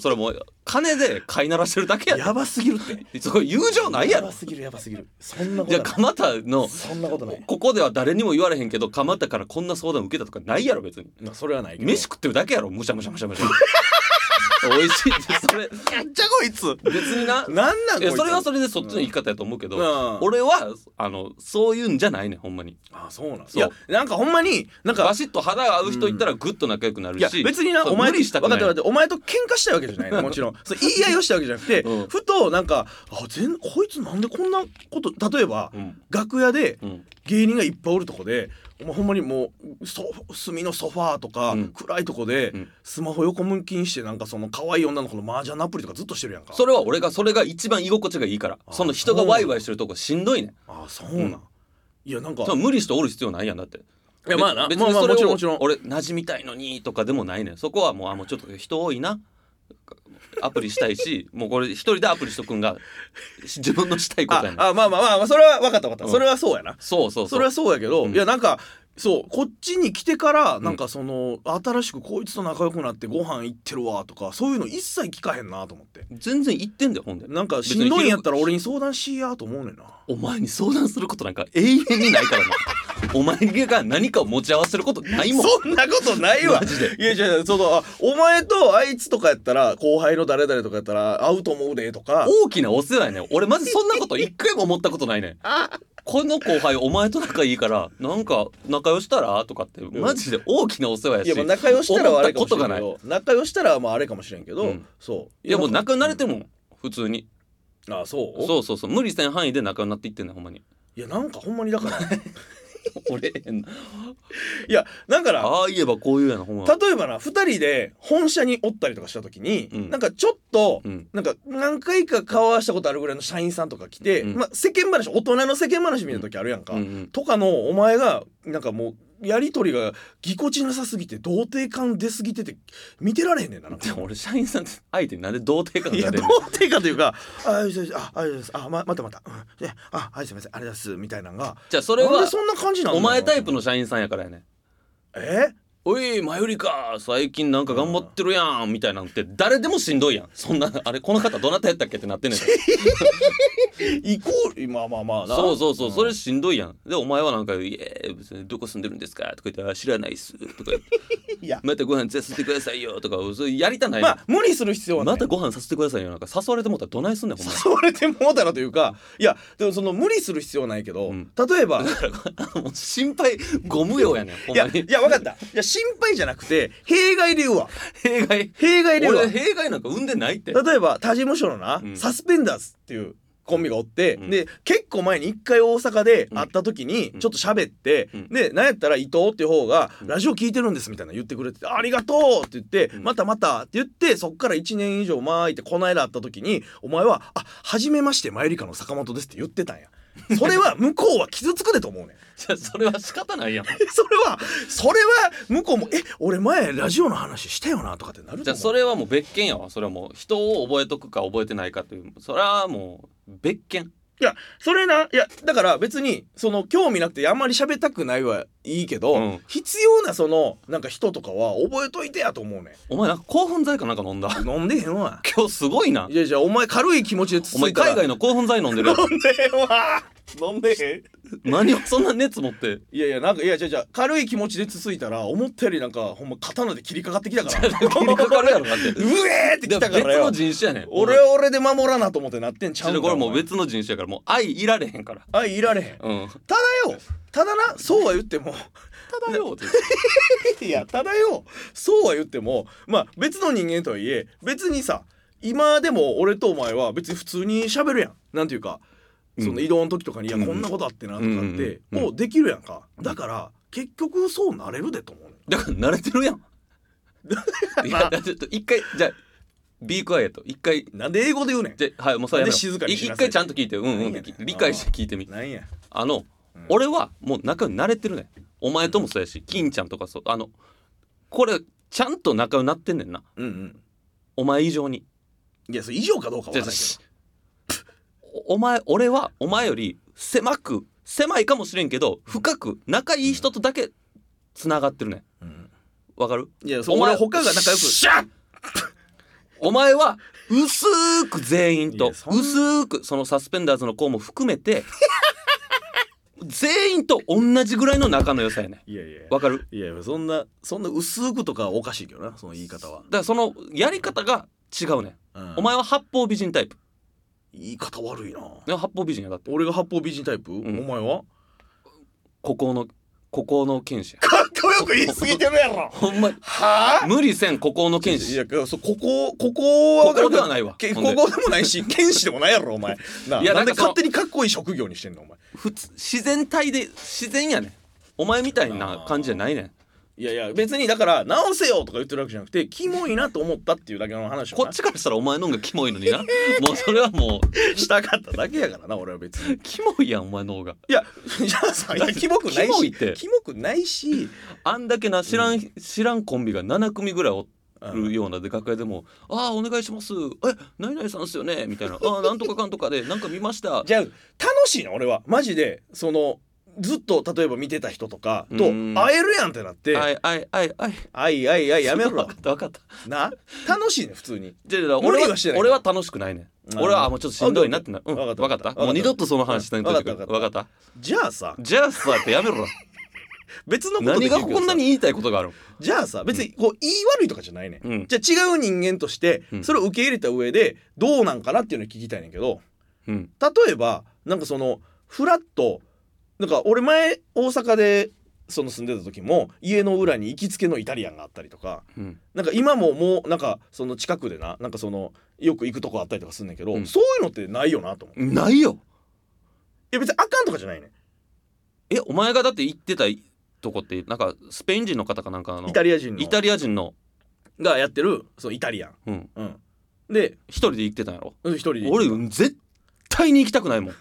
[SPEAKER 2] それもう金で飼いならしてるだけや
[SPEAKER 3] やばすぎるって
[SPEAKER 2] でそこ友情ないや
[SPEAKER 3] や
[SPEAKER 2] ろ
[SPEAKER 3] ばすぎるやばすぎるそんなこ
[SPEAKER 2] じ
[SPEAKER 3] と
[SPEAKER 2] ゃあ
[SPEAKER 3] ない
[SPEAKER 2] 蒲田の
[SPEAKER 3] そんなことない
[SPEAKER 2] ここでは誰にも言われへんけど蒲田からこんな相談受けたとかないやろ別に
[SPEAKER 3] まあそれはないけど
[SPEAKER 2] 飯食ってるだけやろむしゃむしゃむしゃ
[SPEAKER 3] [LAUGHS]
[SPEAKER 2] むしゃ美味しいってそれ
[SPEAKER 3] やっちゃこいつ
[SPEAKER 2] 別にな
[SPEAKER 3] なんなん
[SPEAKER 2] いやそれはそ
[SPEAKER 3] れ
[SPEAKER 2] れでそっちの言い方やと思うけど、
[SPEAKER 3] うん
[SPEAKER 2] 俺はあのそういうんじゃないねんほんまに
[SPEAKER 3] あそうなん
[SPEAKER 2] そう
[SPEAKER 3] いやなんかほんまになんか
[SPEAKER 2] バシッと肌が合う人いったらグッと仲良くなる
[SPEAKER 3] いや
[SPEAKER 2] し、
[SPEAKER 3] 別にな
[SPEAKER 2] そう
[SPEAKER 3] お前
[SPEAKER 2] 無理したく
[SPEAKER 3] 分か
[SPEAKER 2] な
[SPEAKER 3] っ
[SPEAKER 2] い
[SPEAKER 3] た分かったお前と喧嘩したいわけじゃない
[SPEAKER 2] [LAUGHS]
[SPEAKER 3] なもちろんそう言い合いをしたわけじゃなくて、
[SPEAKER 2] うん
[SPEAKER 3] ふとなんかあ全こいつなんでこんなこと例えば、
[SPEAKER 2] うん
[SPEAKER 3] 楽屋で
[SPEAKER 2] うん
[SPEAKER 3] 芸人がいっぱいおるとこでお前ほんまにもうソ隅のソファーとか、
[SPEAKER 2] うん
[SPEAKER 3] 暗いとこで、
[SPEAKER 2] うん
[SPEAKER 3] スマホ横向きにしてなんかその可愛い女の子の麻雀のアプリとかずっとしてるやんか
[SPEAKER 2] それは俺がそれが一番居心地がいいから
[SPEAKER 3] あ
[SPEAKER 2] その人がワイワイしてるとこしんどいねん
[SPEAKER 3] あそうなん、
[SPEAKER 2] うん
[SPEAKER 3] いやなんか
[SPEAKER 2] そんな無理しておる必要ないやんだって
[SPEAKER 3] いやまあな
[SPEAKER 2] 別
[SPEAKER 3] まあ
[SPEAKER 2] に
[SPEAKER 3] まあ
[SPEAKER 2] それ
[SPEAKER 3] もちろん
[SPEAKER 2] を
[SPEAKER 3] もちろん
[SPEAKER 2] 俺馴染みたいのにとかでもないねんそこはもうあもうちょっと人多いなアプリした
[SPEAKER 3] [LAUGHS]
[SPEAKER 2] いしもうこれ一人でアプリしとくんが自分のしたいことやねん
[SPEAKER 3] ああまあまあまあまあそれは分かった分かった、
[SPEAKER 2] うん
[SPEAKER 3] それはそうやな
[SPEAKER 2] そうそうそう
[SPEAKER 3] それはそうやけど、
[SPEAKER 2] うん
[SPEAKER 3] いやなんかそうこっちに来てからなんかその、新しくこいつと仲良くなってご飯行ってるわとかそういうの一切聞かへんなと思って
[SPEAKER 2] 全然言ってんだよほんで
[SPEAKER 3] なんかしんどいんやったら俺に相談しやと思うねん
[SPEAKER 2] [LAUGHS]
[SPEAKER 3] な
[SPEAKER 2] お前に相談することなんか永遠にないからな
[SPEAKER 3] [LAUGHS]
[SPEAKER 2] お前が何かを持ち合わせることないもん
[SPEAKER 3] そんなことないわ
[SPEAKER 2] マ [LAUGHS] ジで
[SPEAKER 3] いやいやいやそのあお前とあいつとかやったら後輩の誰々とかやったら会うと思うでとか
[SPEAKER 2] 大きなお世話やねん俺まずそんなこと一回も思ったことないねんこの後輩お前と仲いいからなんか仲良したらとかってマジで大きなお世話や
[SPEAKER 3] い
[SPEAKER 2] し
[SPEAKER 3] やまあ仲良したらはあれかもしれん
[SPEAKER 2] 思
[SPEAKER 3] け
[SPEAKER 2] ったこ
[SPEAKER 3] ど仲良したらはまああれかもしれんけど、
[SPEAKER 2] うん
[SPEAKER 3] そう
[SPEAKER 2] いやもう仲良くなれ
[SPEAKER 3] る
[SPEAKER 2] てるもん普通に
[SPEAKER 3] あそう
[SPEAKER 2] そうそうそう無理せん範囲で仲良くなっていってんねんほ
[SPEAKER 3] [LAUGHS]
[SPEAKER 2] んまに
[SPEAKER 3] いやなんかほんまにだからい
[SPEAKER 2] 俺変な
[SPEAKER 3] やなんかな
[SPEAKER 2] ああ言えばこういうやなほんま
[SPEAKER 3] 例えばな2人で本社におったりとかした時に、
[SPEAKER 2] うん
[SPEAKER 3] なんかちょっと、
[SPEAKER 2] うん
[SPEAKER 3] なんか何回か顔合わせたことあるぐらいの社員さんとか来て、
[SPEAKER 2] うん
[SPEAKER 3] まあ、世間話大人の世間話みたいな時あるやんか、
[SPEAKER 2] うんうん
[SPEAKER 3] とかのお前がなんかもうやり取りがぎこちなさすぎて童貞感出すぎてて見てられへんねんななんか
[SPEAKER 2] でも俺社員さん相手になんで童貞感
[SPEAKER 3] い
[SPEAKER 2] が
[SPEAKER 3] や
[SPEAKER 2] 出
[SPEAKER 3] 童
[SPEAKER 2] る
[SPEAKER 3] 貞感というか「あありがとうございますあありがとうございますあままたまた、うんね、あありがとうございますありがとうございます」みたいなのが
[SPEAKER 2] じゃあそれ
[SPEAKER 3] なん
[SPEAKER 2] は
[SPEAKER 3] でそんな感じなの
[SPEAKER 2] お前タイプの社員さんやからやねん
[SPEAKER 3] え
[SPEAKER 2] おい、前よりか、最近なんか頑張ってるやん、みたいなんて、誰でもしんどいやん。そんな、あれ、この方どなたやったっけってなってんねん。
[SPEAKER 3] イコールまあまあまあな
[SPEAKER 2] そうそうそう、
[SPEAKER 3] ん
[SPEAKER 2] それしんどいやん。で、お前はなんか、いえ、別にどこ住んでるんですかとか言ってあ、知らないっす。とか言って、
[SPEAKER 3] いや
[SPEAKER 2] またご飯させてくださいよ。とか、それやりたない
[SPEAKER 3] ま
[SPEAKER 2] やん
[SPEAKER 3] あ無理する必要はない
[SPEAKER 2] またご飯させてくださいよ。なんか、誘われてもったらどないすんねん、ほんま
[SPEAKER 3] [LAUGHS] 誘われてもうたらというかいやでもその無理する必要はないけど、
[SPEAKER 2] うん
[SPEAKER 3] 例え
[SPEAKER 2] [LAUGHS]
[SPEAKER 3] ば
[SPEAKER 2] だから。もう心配、ご無用やねん、ほ
[SPEAKER 3] い
[SPEAKER 2] んま
[SPEAKER 3] や
[SPEAKER 2] に
[SPEAKER 3] い。や分かったいや心配じゃなくて弊害で言うわ
[SPEAKER 2] 弊害。
[SPEAKER 3] 弊害で言うわ
[SPEAKER 2] 俺、弊害なんか生んでないって。
[SPEAKER 3] 例えば他事務所のな、
[SPEAKER 2] うん
[SPEAKER 3] サスペンダーズっていうコンビがおって、
[SPEAKER 2] うん
[SPEAKER 3] で結構前に一回大阪で会った時に
[SPEAKER 2] うん
[SPEAKER 3] ちょっと喋って、
[SPEAKER 2] うん
[SPEAKER 3] でなんやったら伊藤っていう方が「
[SPEAKER 2] うん
[SPEAKER 3] ラジオ聞いてるんです」みたいなの言ってくれてて「ありがとう!」って言って「
[SPEAKER 2] うん
[SPEAKER 3] またまた」って言ってそっから1年以上間空いてこの間会った時にお前は「あ初めましてマユリカの坂本です」って言ってたんや。それ
[SPEAKER 2] [LAUGHS]
[SPEAKER 3] は向こうは傷つくでと思うねん。
[SPEAKER 2] じゃあそれは仕方ないや
[SPEAKER 3] [LAUGHS]
[SPEAKER 2] ん。
[SPEAKER 3] それはそれは向こうも「え俺前ラジオの話したよな」とかってなると思う
[SPEAKER 2] じゃあそれはもう別件やわそれはもう人を覚えとくか覚えてないかというそれはもう別件
[SPEAKER 3] いやそれないやだから別にその興味なくてあんまり喋りたくないはいいけど、
[SPEAKER 2] うん
[SPEAKER 3] 必要なそのなんか人とかは覚えといてやと思うね
[SPEAKER 2] お前なんか興奮剤かなんか飲んだ
[SPEAKER 3] ん飲んでへんわ
[SPEAKER 2] 今日すごいない
[SPEAKER 3] やじゃあお前軽い気持ちでつ
[SPEAKER 2] お前海外の興奮剤飲んでるやろ
[SPEAKER 3] 飲んでへんわ飲んでへん
[SPEAKER 2] 何をそんな熱持って
[SPEAKER 3] いやいやなんかいやじゃじゃ軽い気持ちでつついたら思ったよりなんかほんま刀で切りかかってきたから
[SPEAKER 2] 切りかかるやろ
[SPEAKER 3] [LAUGHS]
[SPEAKER 2] だっ
[SPEAKER 3] う
[SPEAKER 2] て
[SPEAKER 3] えーってき
[SPEAKER 2] で
[SPEAKER 3] たから
[SPEAKER 2] 別
[SPEAKER 3] よ
[SPEAKER 2] の人種やねん
[SPEAKER 3] 俺は俺で守らなと思ってなってんちゃ
[SPEAKER 2] ち
[SPEAKER 3] う
[SPEAKER 2] の
[SPEAKER 3] んか
[SPEAKER 2] これも
[SPEAKER 3] お
[SPEAKER 2] う
[SPEAKER 3] 前
[SPEAKER 2] 別の人種やからもう愛いられへんから
[SPEAKER 3] あいられへん
[SPEAKER 2] うん
[SPEAKER 3] ただよただなそうは言っても
[SPEAKER 2] ただよって
[SPEAKER 3] いやただよそうは言ってもまあ別の人間とはいえ別にさ今でも俺とお前は別に普通に喋るやんなんていうかその移動の時とかに「
[SPEAKER 2] うん
[SPEAKER 3] いやこんなことあってな」とかって
[SPEAKER 2] うんうんうん
[SPEAKER 3] もうできるやんかだから結局そうなれるでと思うねん
[SPEAKER 2] だから慣れ
[SPEAKER 3] [LAUGHS]
[SPEAKER 2] てるやんいやちょっと一回じゃあビークワイエット一回
[SPEAKER 3] なんで英語で言うねん
[SPEAKER 2] じゃはいもうそれやめよ
[SPEAKER 3] で
[SPEAKER 2] う
[SPEAKER 3] 静かにし
[SPEAKER 2] い
[SPEAKER 3] なさ
[SPEAKER 2] 一
[SPEAKER 3] い
[SPEAKER 2] 回ちゃんと聞いてうんう
[SPEAKER 3] なんんやねん
[SPEAKER 2] 理解して聞いてみ
[SPEAKER 3] なんや
[SPEAKER 2] あの、俺はもう仲良くなれてるねんお前ともそうやし金ちゃんとかそうあのこれちゃんと仲良くなってんねんな
[SPEAKER 3] うんうん
[SPEAKER 2] お前以上に
[SPEAKER 3] いやそれ以上かどうかわからないけ
[SPEAKER 2] じおお前俺はお前より狭く狭いかもしれんけど深く仲いい人とだけつながってるね
[SPEAKER 3] ど、う
[SPEAKER 2] ん
[SPEAKER 3] ん
[SPEAKER 2] わかる
[SPEAKER 3] いやそ
[SPEAKER 2] お
[SPEAKER 3] う
[SPEAKER 2] 前
[SPEAKER 3] 俺他が仲良く
[SPEAKER 2] シャッお前は薄く全員
[SPEAKER 3] い
[SPEAKER 2] と
[SPEAKER 3] やそん
[SPEAKER 2] 薄くそのサスペンダーズの子も含めて全員と同じぐらいの仲の良さやね
[SPEAKER 3] いやいや
[SPEAKER 2] んわかる
[SPEAKER 3] いやいやそんなそんな薄くとかはおかしいけどなその言い方は、
[SPEAKER 2] だからそのやり方が違うねん
[SPEAKER 3] うん
[SPEAKER 2] お前は八方美人タイプ
[SPEAKER 3] 言い方悪いな
[SPEAKER 2] ね八方美人やだって
[SPEAKER 3] 俺が八方美人タイプ、
[SPEAKER 2] ん
[SPEAKER 3] お前は
[SPEAKER 2] 孤高の孤高の剣士や
[SPEAKER 3] かっこよく言い過ぎてるやろ
[SPEAKER 2] ほんま
[SPEAKER 3] は
[SPEAKER 2] 無理せん孤高の剣
[SPEAKER 3] い
[SPEAKER 2] 士
[SPEAKER 3] やそうここここは分かる
[SPEAKER 2] ここではないわ
[SPEAKER 3] けこ
[SPEAKER 2] ほんで
[SPEAKER 3] こでもない [LAUGHS] し剣士でもないやろお前ない
[SPEAKER 2] や
[SPEAKER 3] なんで
[SPEAKER 2] なんかその
[SPEAKER 3] 勝手にかっこいい職業にしてんのお前
[SPEAKER 2] 普通自然体で自然やねんお前みたいな感じじゃないねん
[SPEAKER 3] いやいや別にだから直せよとか言ってるわけじゃなくてキモいなと思ったっていうだけの話を
[SPEAKER 2] こ
[SPEAKER 3] な
[SPEAKER 2] っちからしたらお前のんがキモいの
[SPEAKER 3] [LAUGHS]
[SPEAKER 2] になもうそれはもう
[SPEAKER 3] したかっただけやからな俺は別に
[SPEAKER 2] キモいやんお前の方が
[SPEAKER 3] [LAUGHS] いやじゃあさいやキモくない
[SPEAKER 2] キモい
[SPEAKER 3] し
[SPEAKER 2] って
[SPEAKER 3] キモくないし
[SPEAKER 2] あんだけな知らん、知らんコンビが7組ぐらいお
[SPEAKER 3] うん
[SPEAKER 2] るようなで楽屋でも「ああお願いしますえ何々さんっすよね」み
[SPEAKER 3] [LAUGHS]
[SPEAKER 2] たいな「ああなんとかかんとかでなんか見ました」
[SPEAKER 3] じゃあ楽しいの俺はマジでそのずっと例えば見てた人とかと
[SPEAKER 2] うん
[SPEAKER 3] 会えるやんってなって「
[SPEAKER 2] あいあいあいあい
[SPEAKER 3] あいあいあいやめろ [LAUGHS]
[SPEAKER 2] 分かった分かった」
[SPEAKER 3] な楽しいね普通に
[SPEAKER 2] じゃあじゃあ
[SPEAKER 3] 無
[SPEAKER 2] 俺
[SPEAKER 3] 理
[SPEAKER 2] は
[SPEAKER 3] はしてない
[SPEAKER 2] 俺は楽しくないねん
[SPEAKER 3] なるほど
[SPEAKER 2] 俺はあもうちょっとしんどいなってなるうん
[SPEAKER 3] わかっ
[SPEAKER 2] 分
[SPEAKER 3] た
[SPEAKER 2] かったもう二度とその話しない
[SPEAKER 3] わかったわかった
[SPEAKER 2] 分かった
[SPEAKER 3] じゃあさ
[SPEAKER 2] じゃあさっ
[SPEAKER 3] [LAUGHS]
[SPEAKER 2] てやめろ
[SPEAKER 3] 別のこと
[SPEAKER 2] 何
[SPEAKER 3] で
[SPEAKER 2] が
[SPEAKER 3] 聞くけどさ
[SPEAKER 2] こんなに言いたいことがある
[SPEAKER 3] じゃあさ別にこう言い悪いとかじゃないね、
[SPEAKER 2] うん
[SPEAKER 3] じゃあ違う人間として
[SPEAKER 2] うん
[SPEAKER 3] それを受け入れた上でどうなんかなっていうのを聞きたいねんけど
[SPEAKER 2] うん
[SPEAKER 3] 例えばなんかそのフラッとなんか俺前大阪でその住んでた時も家の裏に行きつけのイタリアンがあったりとか
[SPEAKER 2] うん
[SPEAKER 3] なんか今ももうなんかその近くでななんかそのよく行くとこあったりとかすんねんけど、
[SPEAKER 2] うん
[SPEAKER 3] そういうのってないよなと思うい
[SPEAKER 2] ないよ
[SPEAKER 3] や別にあかんとかじゃないね
[SPEAKER 2] えお前がだって行ってたとこってなんかスペイン人の方かなんかの
[SPEAKER 3] イタリア人の
[SPEAKER 2] イタリア人の
[SPEAKER 3] がやってるそのイタリアン、
[SPEAKER 2] うん
[SPEAKER 3] うん、で
[SPEAKER 2] 一人で行ってたんやろ
[SPEAKER 3] うん一人で
[SPEAKER 2] 俺絶対に行きたくないもん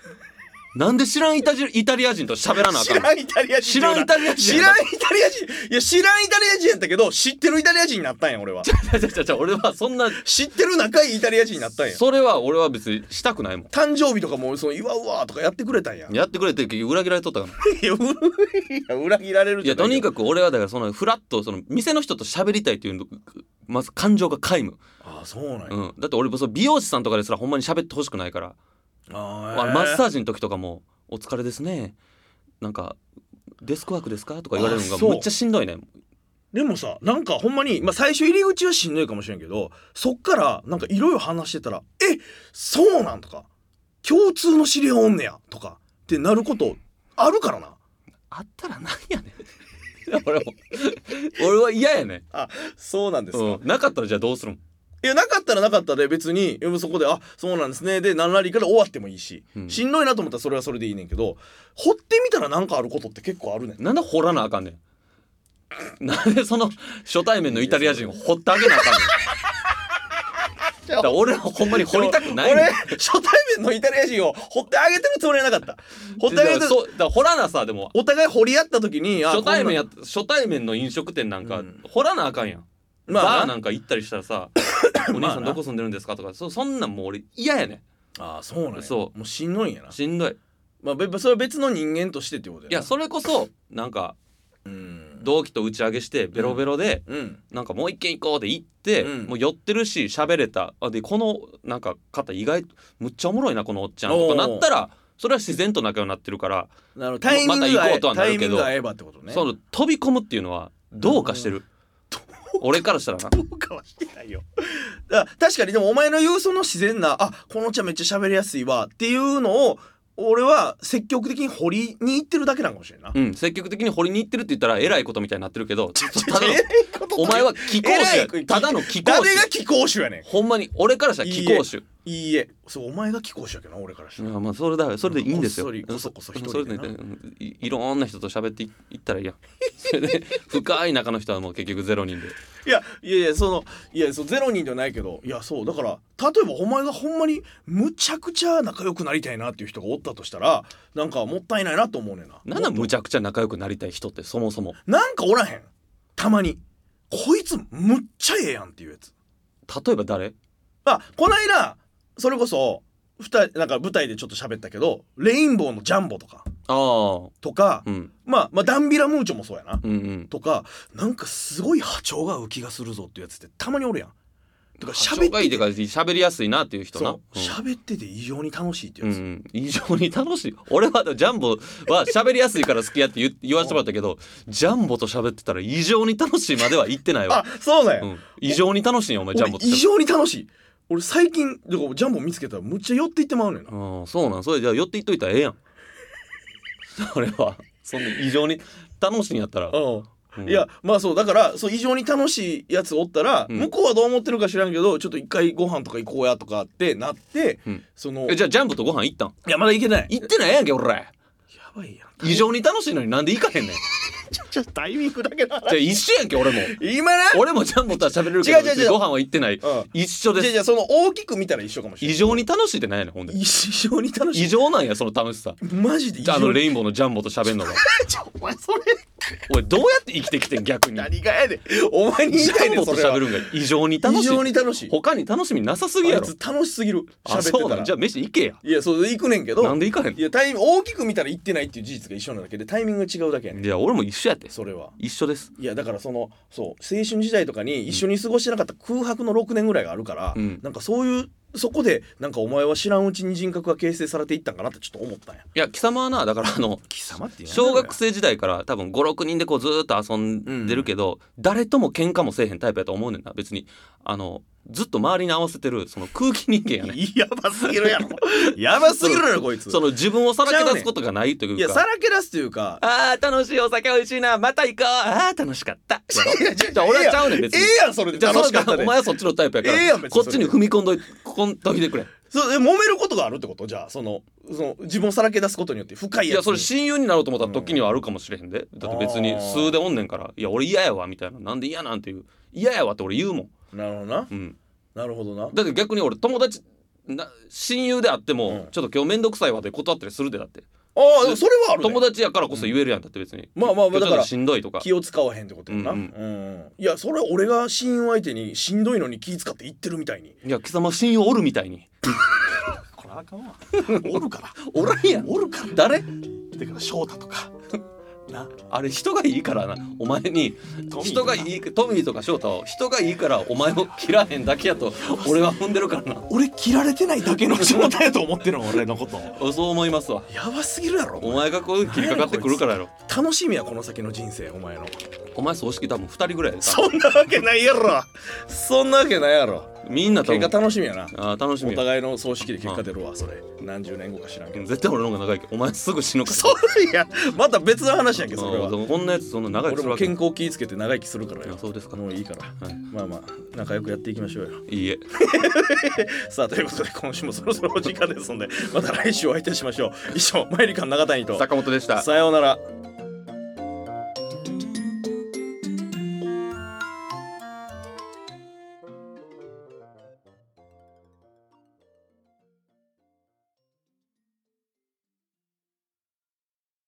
[SPEAKER 2] なんで知らんイタジイタリア人と喋らなあ
[SPEAKER 3] 知
[SPEAKER 2] かん
[SPEAKER 3] ら
[SPEAKER 2] の
[SPEAKER 3] んイタリア人
[SPEAKER 2] 知らんイタリア人
[SPEAKER 3] 知らんイタリア人いや知らんイタリア人やったけど知ってるイタリア人になったんや俺は
[SPEAKER 2] リア人俺はそんな
[SPEAKER 3] 知ってる仲いいイタリア人になったんや
[SPEAKER 2] それは俺は別にしたくないもん
[SPEAKER 3] 誕生日とかもその祝うわとかやってくれたんや
[SPEAKER 2] やってくれて結局裏切られと [LAUGHS] ったから
[SPEAKER 3] [LAUGHS] いやういや裏切られる
[SPEAKER 2] い
[SPEAKER 3] じゃ
[SPEAKER 2] や
[SPEAKER 3] な
[SPEAKER 2] と
[SPEAKER 3] い
[SPEAKER 2] に
[SPEAKER 3] か
[SPEAKER 2] かく俺はだからそのフラッとその店の人と喋りたいというのまず感情が皆無、
[SPEAKER 3] ああそうなんや、
[SPEAKER 2] うん、だって俺もその美容師さんとかですらほんまに喋ってほしくないから、
[SPEAKER 3] あ
[SPEAKER 2] あのマッサ
[SPEAKER 3] ー
[SPEAKER 2] ージの時とかも「お疲れですね」なんか「デスクワークですか?」とか言われるの
[SPEAKER 3] あ
[SPEAKER 2] が
[SPEAKER 3] そう
[SPEAKER 2] むっちゃしんどいね
[SPEAKER 3] でもさなんかほんまに、まあ、最初入り口はしんどいかもしれんけどそっからなんかいろいろ話してたら「えそうなん?」とか「共通の知り合いおんねや」とかってなることあるからな
[SPEAKER 2] あったらなんやねん [LAUGHS] 俺も俺は嫌やねん、
[SPEAKER 3] あそうなんで
[SPEAKER 2] うん、なかったらじゃあどうするん
[SPEAKER 3] いやなかったらなかったで別にうんそこで「あそうなんですね」で何ラリーから終わってもいいし、
[SPEAKER 2] うん
[SPEAKER 3] しんどいなと思ったらそれはそれでいいねんけど掘ってみたらなんかあることって結構あるねん。
[SPEAKER 2] なんで掘らなあかんねんなんでその初対面のイタリア人を掘ってあげなあかんね
[SPEAKER 3] [LAUGHS]
[SPEAKER 2] んだから俺はほんまに掘りたくないねん
[SPEAKER 3] 俺初対面のイタリア人を掘ってあげてるつもり
[SPEAKER 2] [LAUGHS]
[SPEAKER 3] はなかった。掘ってあげてる
[SPEAKER 2] だからそうだから掘らなさでも
[SPEAKER 3] お互い掘り合った時にあ
[SPEAKER 2] 初対面や
[SPEAKER 3] こ
[SPEAKER 2] 初対面の飲食店なんか、
[SPEAKER 3] うん
[SPEAKER 2] 掘らなあかんやん、
[SPEAKER 3] んなんまあ
[SPEAKER 2] バー
[SPEAKER 3] な
[SPEAKER 2] なんか行ったりしたらさ「お兄さんどこ住んでるんですか?」とかそそんなんもう俺嫌やね
[SPEAKER 3] ああそうなんや
[SPEAKER 2] そう
[SPEAKER 3] もうしんどいんやなん
[SPEAKER 2] しんどい
[SPEAKER 3] まあべそれは別の人間としてってことや
[SPEAKER 2] いや
[SPEAKER 3] な
[SPEAKER 2] それこそなんか
[SPEAKER 3] うん
[SPEAKER 2] 同期と打ち上げしてベロベロで、
[SPEAKER 3] うん
[SPEAKER 2] なんかもう一軒行こうで行って、
[SPEAKER 3] うん
[SPEAKER 2] もう寄ってるし喋れたあでこのなんか方意外むっちゃおもろいなこのおっちゃん
[SPEAKER 3] おー
[SPEAKER 2] とかなったらそれは自然と仲良くなってるから、
[SPEAKER 3] なるほどタイミング
[SPEAKER 2] ま
[SPEAKER 3] が
[SPEAKER 2] た行
[SPEAKER 3] 合
[SPEAKER 2] こう
[SPEAKER 3] え
[SPEAKER 2] とはな
[SPEAKER 3] タ
[SPEAKER 2] る
[SPEAKER 3] イ
[SPEAKER 2] け
[SPEAKER 3] ミ
[SPEAKER 2] ど
[SPEAKER 3] ングが合えばってことね
[SPEAKER 2] その飛び込むっていうのはどうかしてる、俺からしたらな
[SPEAKER 3] そうかはしてないよだから確かにでもお前の言うその自然なあこの茶めっちゃ喋りやすいわっていうのを俺は積極的に掘りに行ってるだけなんかもしれんな、
[SPEAKER 2] うん積極的に掘りに行ってるって言ったらえらいことみたいになってるけどただの
[SPEAKER 3] えらいことだよ
[SPEAKER 2] お前は貴公
[SPEAKER 3] えらい
[SPEAKER 2] 子
[SPEAKER 3] こと
[SPEAKER 2] やただの貴公
[SPEAKER 3] 誰が
[SPEAKER 2] 子
[SPEAKER 3] 貴公子やねん
[SPEAKER 2] ほんまに俺からしたら貴公子
[SPEAKER 3] いいえそうお前が貴公子やけどな俺からした
[SPEAKER 2] い
[SPEAKER 3] ら、
[SPEAKER 2] やまあそれだそれでいいんですよ
[SPEAKER 3] こっそりこそこそ一人でな
[SPEAKER 2] うんそれうんいいろんな人と喋っていいったらいいやん [LAUGHS] それで深い仲の人はもう結局ゼロ人で
[SPEAKER 3] いやいやいやそのいやそうゼロ人ではないけどいやそうだから例えばお前がほんまにむちゃくちゃ仲良くなりたいなっていう人がおったとしたらなんかもったいないなと思うねんな
[SPEAKER 2] なんなんむちゃくちゃ仲良くなりたい人ってそもそも
[SPEAKER 3] なんかおらへんたまにこいつむっちゃええやんっていうやつ
[SPEAKER 2] 例えば誰
[SPEAKER 3] あこないだそれこそふたなんか舞台でちょっと喋ったけどレインボーのジャンボとか
[SPEAKER 2] ああ
[SPEAKER 3] とか、
[SPEAKER 2] うん
[SPEAKER 3] まあまあダンビラムーチョもそうやな
[SPEAKER 2] うんうん
[SPEAKER 3] とかなんかすごい波長が合う気がするぞっていうやつってたまにおるやんとか喋
[SPEAKER 2] 喋
[SPEAKER 3] っ
[SPEAKER 2] がいい
[SPEAKER 3] て
[SPEAKER 2] って
[SPEAKER 3] て
[SPEAKER 2] いうか喋りやすいなっていう人な
[SPEAKER 3] そう喋、ってて異常に楽しいって
[SPEAKER 2] うん
[SPEAKER 3] や
[SPEAKER 2] う
[SPEAKER 3] つ、
[SPEAKER 2] ん、異常に楽しい俺はジャンボは喋りやすいから好きやって言言わせてもらったけどジャンボと喋ってたら異常に楽しいまでは言ってないわ
[SPEAKER 3] あ、そうなんや、
[SPEAKER 2] うん、異常に楽しいよお前ジャンボ
[SPEAKER 3] 俺
[SPEAKER 2] って
[SPEAKER 3] 異常に楽しい俺最近だからジャンボ見つけたらむっちゃ寄っていってまうねんな
[SPEAKER 2] うんそうなんそれじゃあ寄っていっといたらええやん [LAUGHS] それはそんな異常に楽しいんやったら、
[SPEAKER 3] うん
[SPEAKER 2] うん
[SPEAKER 3] いやまあそうだからそう異常に楽しいやつおったら、
[SPEAKER 2] うん
[SPEAKER 3] 向こうはどう思ってるか知らんけどちょっと一回ご飯とか行こうやとかってなって、
[SPEAKER 2] うん
[SPEAKER 3] その
[SPEAKER 2] え
[SPEAKER 3] い
[SPEAKER 2] じゃあジャンボとご飯行ったん
[SPEAKER 3] やまだ行けない
[SPEAKER 2] 行ってないやんけ俺
[SPEAKER 3] やばいやん
[SPEAKER 2] 異常に楽しいのになんで行かへんねんじ
[SPEAKER 3] ちょっとタイミングだけな
[SPEAKER 2] ゃあ一緒やんけ
[SPEAKER 3] [LAUGHS]
[SPEAKER 2] 俺も
[SPEAKER 3] 今な
[SPEAKER 2] 俺もジャンボとは喋れるけど
[SPEAKER 3] 違う違う違う
[SPEAKER 2] 別にご飯は行ってない、
[SPEAKER 3] ん
[SPEAKER 2] 一緒で
[SPEAKER 3] じゃあ
[SPEAKER 2] す
[SPEAKER 3] じゃあその大きく見たら一緒かもしれな
[SPEAKER 2] 異
[SPEAKER 3] い
[SPEAKER 2] 常に楽しいってないやねんほんで
[SPEAKER 3] 異常に楽し
[SPEAKER 2] 異
[SPEAKER 3] い
[SPEAKER 2] 常なんやその楽しさ
[SPEAKER 3] マジで異
[SPEAKER 2] あ
[SPEAKER 3] 常
[SPEAKER 2] の
[SPEAKER 3] に
[SPEAKER 2] レインボーのジャンボと喋んのが
[SPEAKER 3] [LAUGHS] ちょお前それ
[SPEAKER 2] おいどうやって生きてきてん逆に
[SPEAKER 3] 何がやねんお前に言い
[SPEAKER 2] ジ
[SPEAKER 3] たい
[SPEAKER 2] ャ
[SPEAKER 3] ね
[SPEAKER 2] ン
[SPEAKER 3] ん
[SPEAKER 2] ボ
[SPEAKER 3] そ
[SPEAKER 2] と
[SPEAKER 3] れは
[SPEAKER 2] 喋るんが異常に楽しい
[SPEAKER 3] 異常に楽しい
[SPEAKER 2] 他に楽しみなさすぎ
[SPEAKER 3] あ
[SPEAKER 2] や
[SPEAKER 3] い
[SPEAKER 2] ろ
[SPEAKER 3] つ楽しすぎる喋
[SPEAKER 2] あ
[SPEAKER 3] って
[SPEAKER 2] そう
[SPEAKER 3] た
[SPEAKER 2] なん
[SPEAKER 3] ら
[SPEAKER 2] じゃあ飯行けや
[SPEAKER 3] いやそう行くねんけど
[SPEAKER 2] なんで行かへん
[SPEAKER 3] いやタイミング大きく見たら行ってないっていう事実が一緒なだけでタイミングが違うだけやねん
[SPEAKER 2] のいや俺も一緒やって
[SPEAKER 3] それは
[SPEAKER 2] 一緒です
[SPEAKER 3] いやだからそのそう青春時代とかに一緒に過ごしてなかった空白の6年ぐらいがあるから、
[SPEAKER 2] うん
[SPEAKER 3] なんかそういうそこでなんかお前は知らんうちに人格が形成されていったんかなってちょっと思ったんや
[SPEAKER 2] いや貴様はなだからあの
[SPEAKER 3] 貴様って
[SPEAKER 2] 小学生時代から多分56人でこうずーっと遊んでるけど、誰とも喧嘩もせえへんタイプやと思うねんな別にあのずっと周りに合わせてるその空気人間やねん
[SPEAKER 3] やばすぎる
[SPEAKER 2] [LAUGHS]
[SPEAKER 3] やろやばすぎるやろこいつ
[SPEAKER 2] その自分をさらけ出すことがないという
[SPEAKER 3] い
[SPEAKER 2] か
[SPEAKER 3] やさらけ出すというか
[SPEAKER 2] あー楽しいお酒美味しいなまた行こうあー楽しかった
[SPEAKER 3] いやいやいや
[SPEAKER 2] じゃあ俺はちゃうねん別
[SPEAKER 3] え
[SPEAKER 2] に
[SPEAKER 3] えやんそれで
[SPEAKER 2] じゃあ
[SPEAKER 3] 楽しかった
[SPEAKER 2] それは
[SPEAKER 3] で
[SPEAKER 2] お前はそっちのタイプやから、
[SPEAKER 3] ええやん別に
[SPEAKER 2] こっ
[SPEAKER 3] それ
[SPEAKER 2] ち
[SPEAKER 3] で
[SPEAKER 2] に踏み込んどいこんといてくれ
[SPEAKER 3] そうえ揉めることがあるってことじゃあそのその自分をさらけ出すことによって深い
[SPEAKER 2] い
[SPEAKER 3] やつ
[SPEAKER 2] やそれ親友になろうと思った時にはあるかもしれへんで、だって別に数でおんねんからいや俺嫌やわみたいななんで嫌なんていう嫌やわって俺言うもん、
[SPEAKER 3] なるほどな
[SPEAKER 2] うん、
[SPEAKER 3] なるほどな
[SPEAKER 2] だって逆に俺友達な親友であっても、
[SPEAKER 3] うん
[SPEAKER 2] ちょっと今日面倒くさいわって断ったりするでだって
[SPEAKER 3] ああでもそれはある、ね、
[SPEAKER 2] 友達やからこそ言えるやんだって別に、
[SPEAKER 3] まあまあ
[SPEAKER 2] 今日ちょっ
[SPEAKER 3] だか
[SPEAKER 2] と
[SPEAKER 3] ら
[SPEAKER 2] しんどいとか
[SPEAKER 3] 気を使わへんってことやな、
[SPEAKER 2] う
[SPEAKER 3] うんんいやそれ俺が親友相手にしんどいのに気使って言ってるみたいに
[SPEAKER 2] いや貴様親友おるみたいに
[SPEAKER 3] これあかんわ [LAUGHS] おるから
[SPEAKER 2] おらんやん
[SPEAKER 3] おるから
[SPEAKER 2] 誰
[SPEAKER 3] だから翔太とかな
[SPEAKER 2] あれ人がいいからなお前に
[SPEAKER 3] トミーとか
[SPEAKER 2] 人がいいトミーとか翔太を人がいいからお前を切らへんだけやと俺は踏んでるか
[SPEAKER 3] [LAUGHS]
[SPEAKER 2] らな
[SPEAKER 3] 俺切られてないだけの翔太やと思ってるの俺のこと
[SPEAKER 2] そう思いますわ
[SPEAKER 3] やばすぎるやろお
[SPEAKER 2] お
[SPEAKER 3] 前
[SPEAKER 2] 前がこういう切りかかってくるからやろ
[SPEAKER 3] 楽しみやこの先の人生お前の
[SPEAKER 2] お前葬式多分2人ぐらいでさ
[SPEAKER 3] そんなわけないやろそんなわけないやろ
[SPEAKER 2] みんな多
[SPEAKER 3] 結
[SPEAKER 2] 分
[SPEAKER 3] 果楽しみやな
[SPEAKER 2] あー楽しみ
[SPEAKER 3] お
[SPEAKER 2] や
[SPEAKER 3] 互いの葬式で結果出るわそれ何十年後か知らんけど [LAUGHS]
[SPEAKER 2] 絶対俺の方が長いけどお前すぐ死ぬから
[SPEAKER 3] それいやまた別の話やんけそれは
[SPEAKER 2] あーでもこんなやつそんな長い
[SPEAKER 3] 俺
[SPEAKER 2] する
[SPEAKER 3] も
[SPEAKER 2] わけ
[SPEAKER 3] 健康気ぃつけて長生きするから
[SPEAKER 2] いや
[SPEAKER 3] よ
[SPEAKER 2] そうですか
[SPEAKER 3] もういいから
[SPEAKER 2] はい
[SPEAKER 3] まあまあ仲良くやっていきましょうよ [LAUGHS]
[SPEAKER 2] いいえ
[SPEAKER 3] さあということで今週もそろそろお時間ですのでまた来週お会いいたしましょう以上マイリカの永谷と
[SPEAKER 2] 坂本でした
[SPEAKER 3] さようなら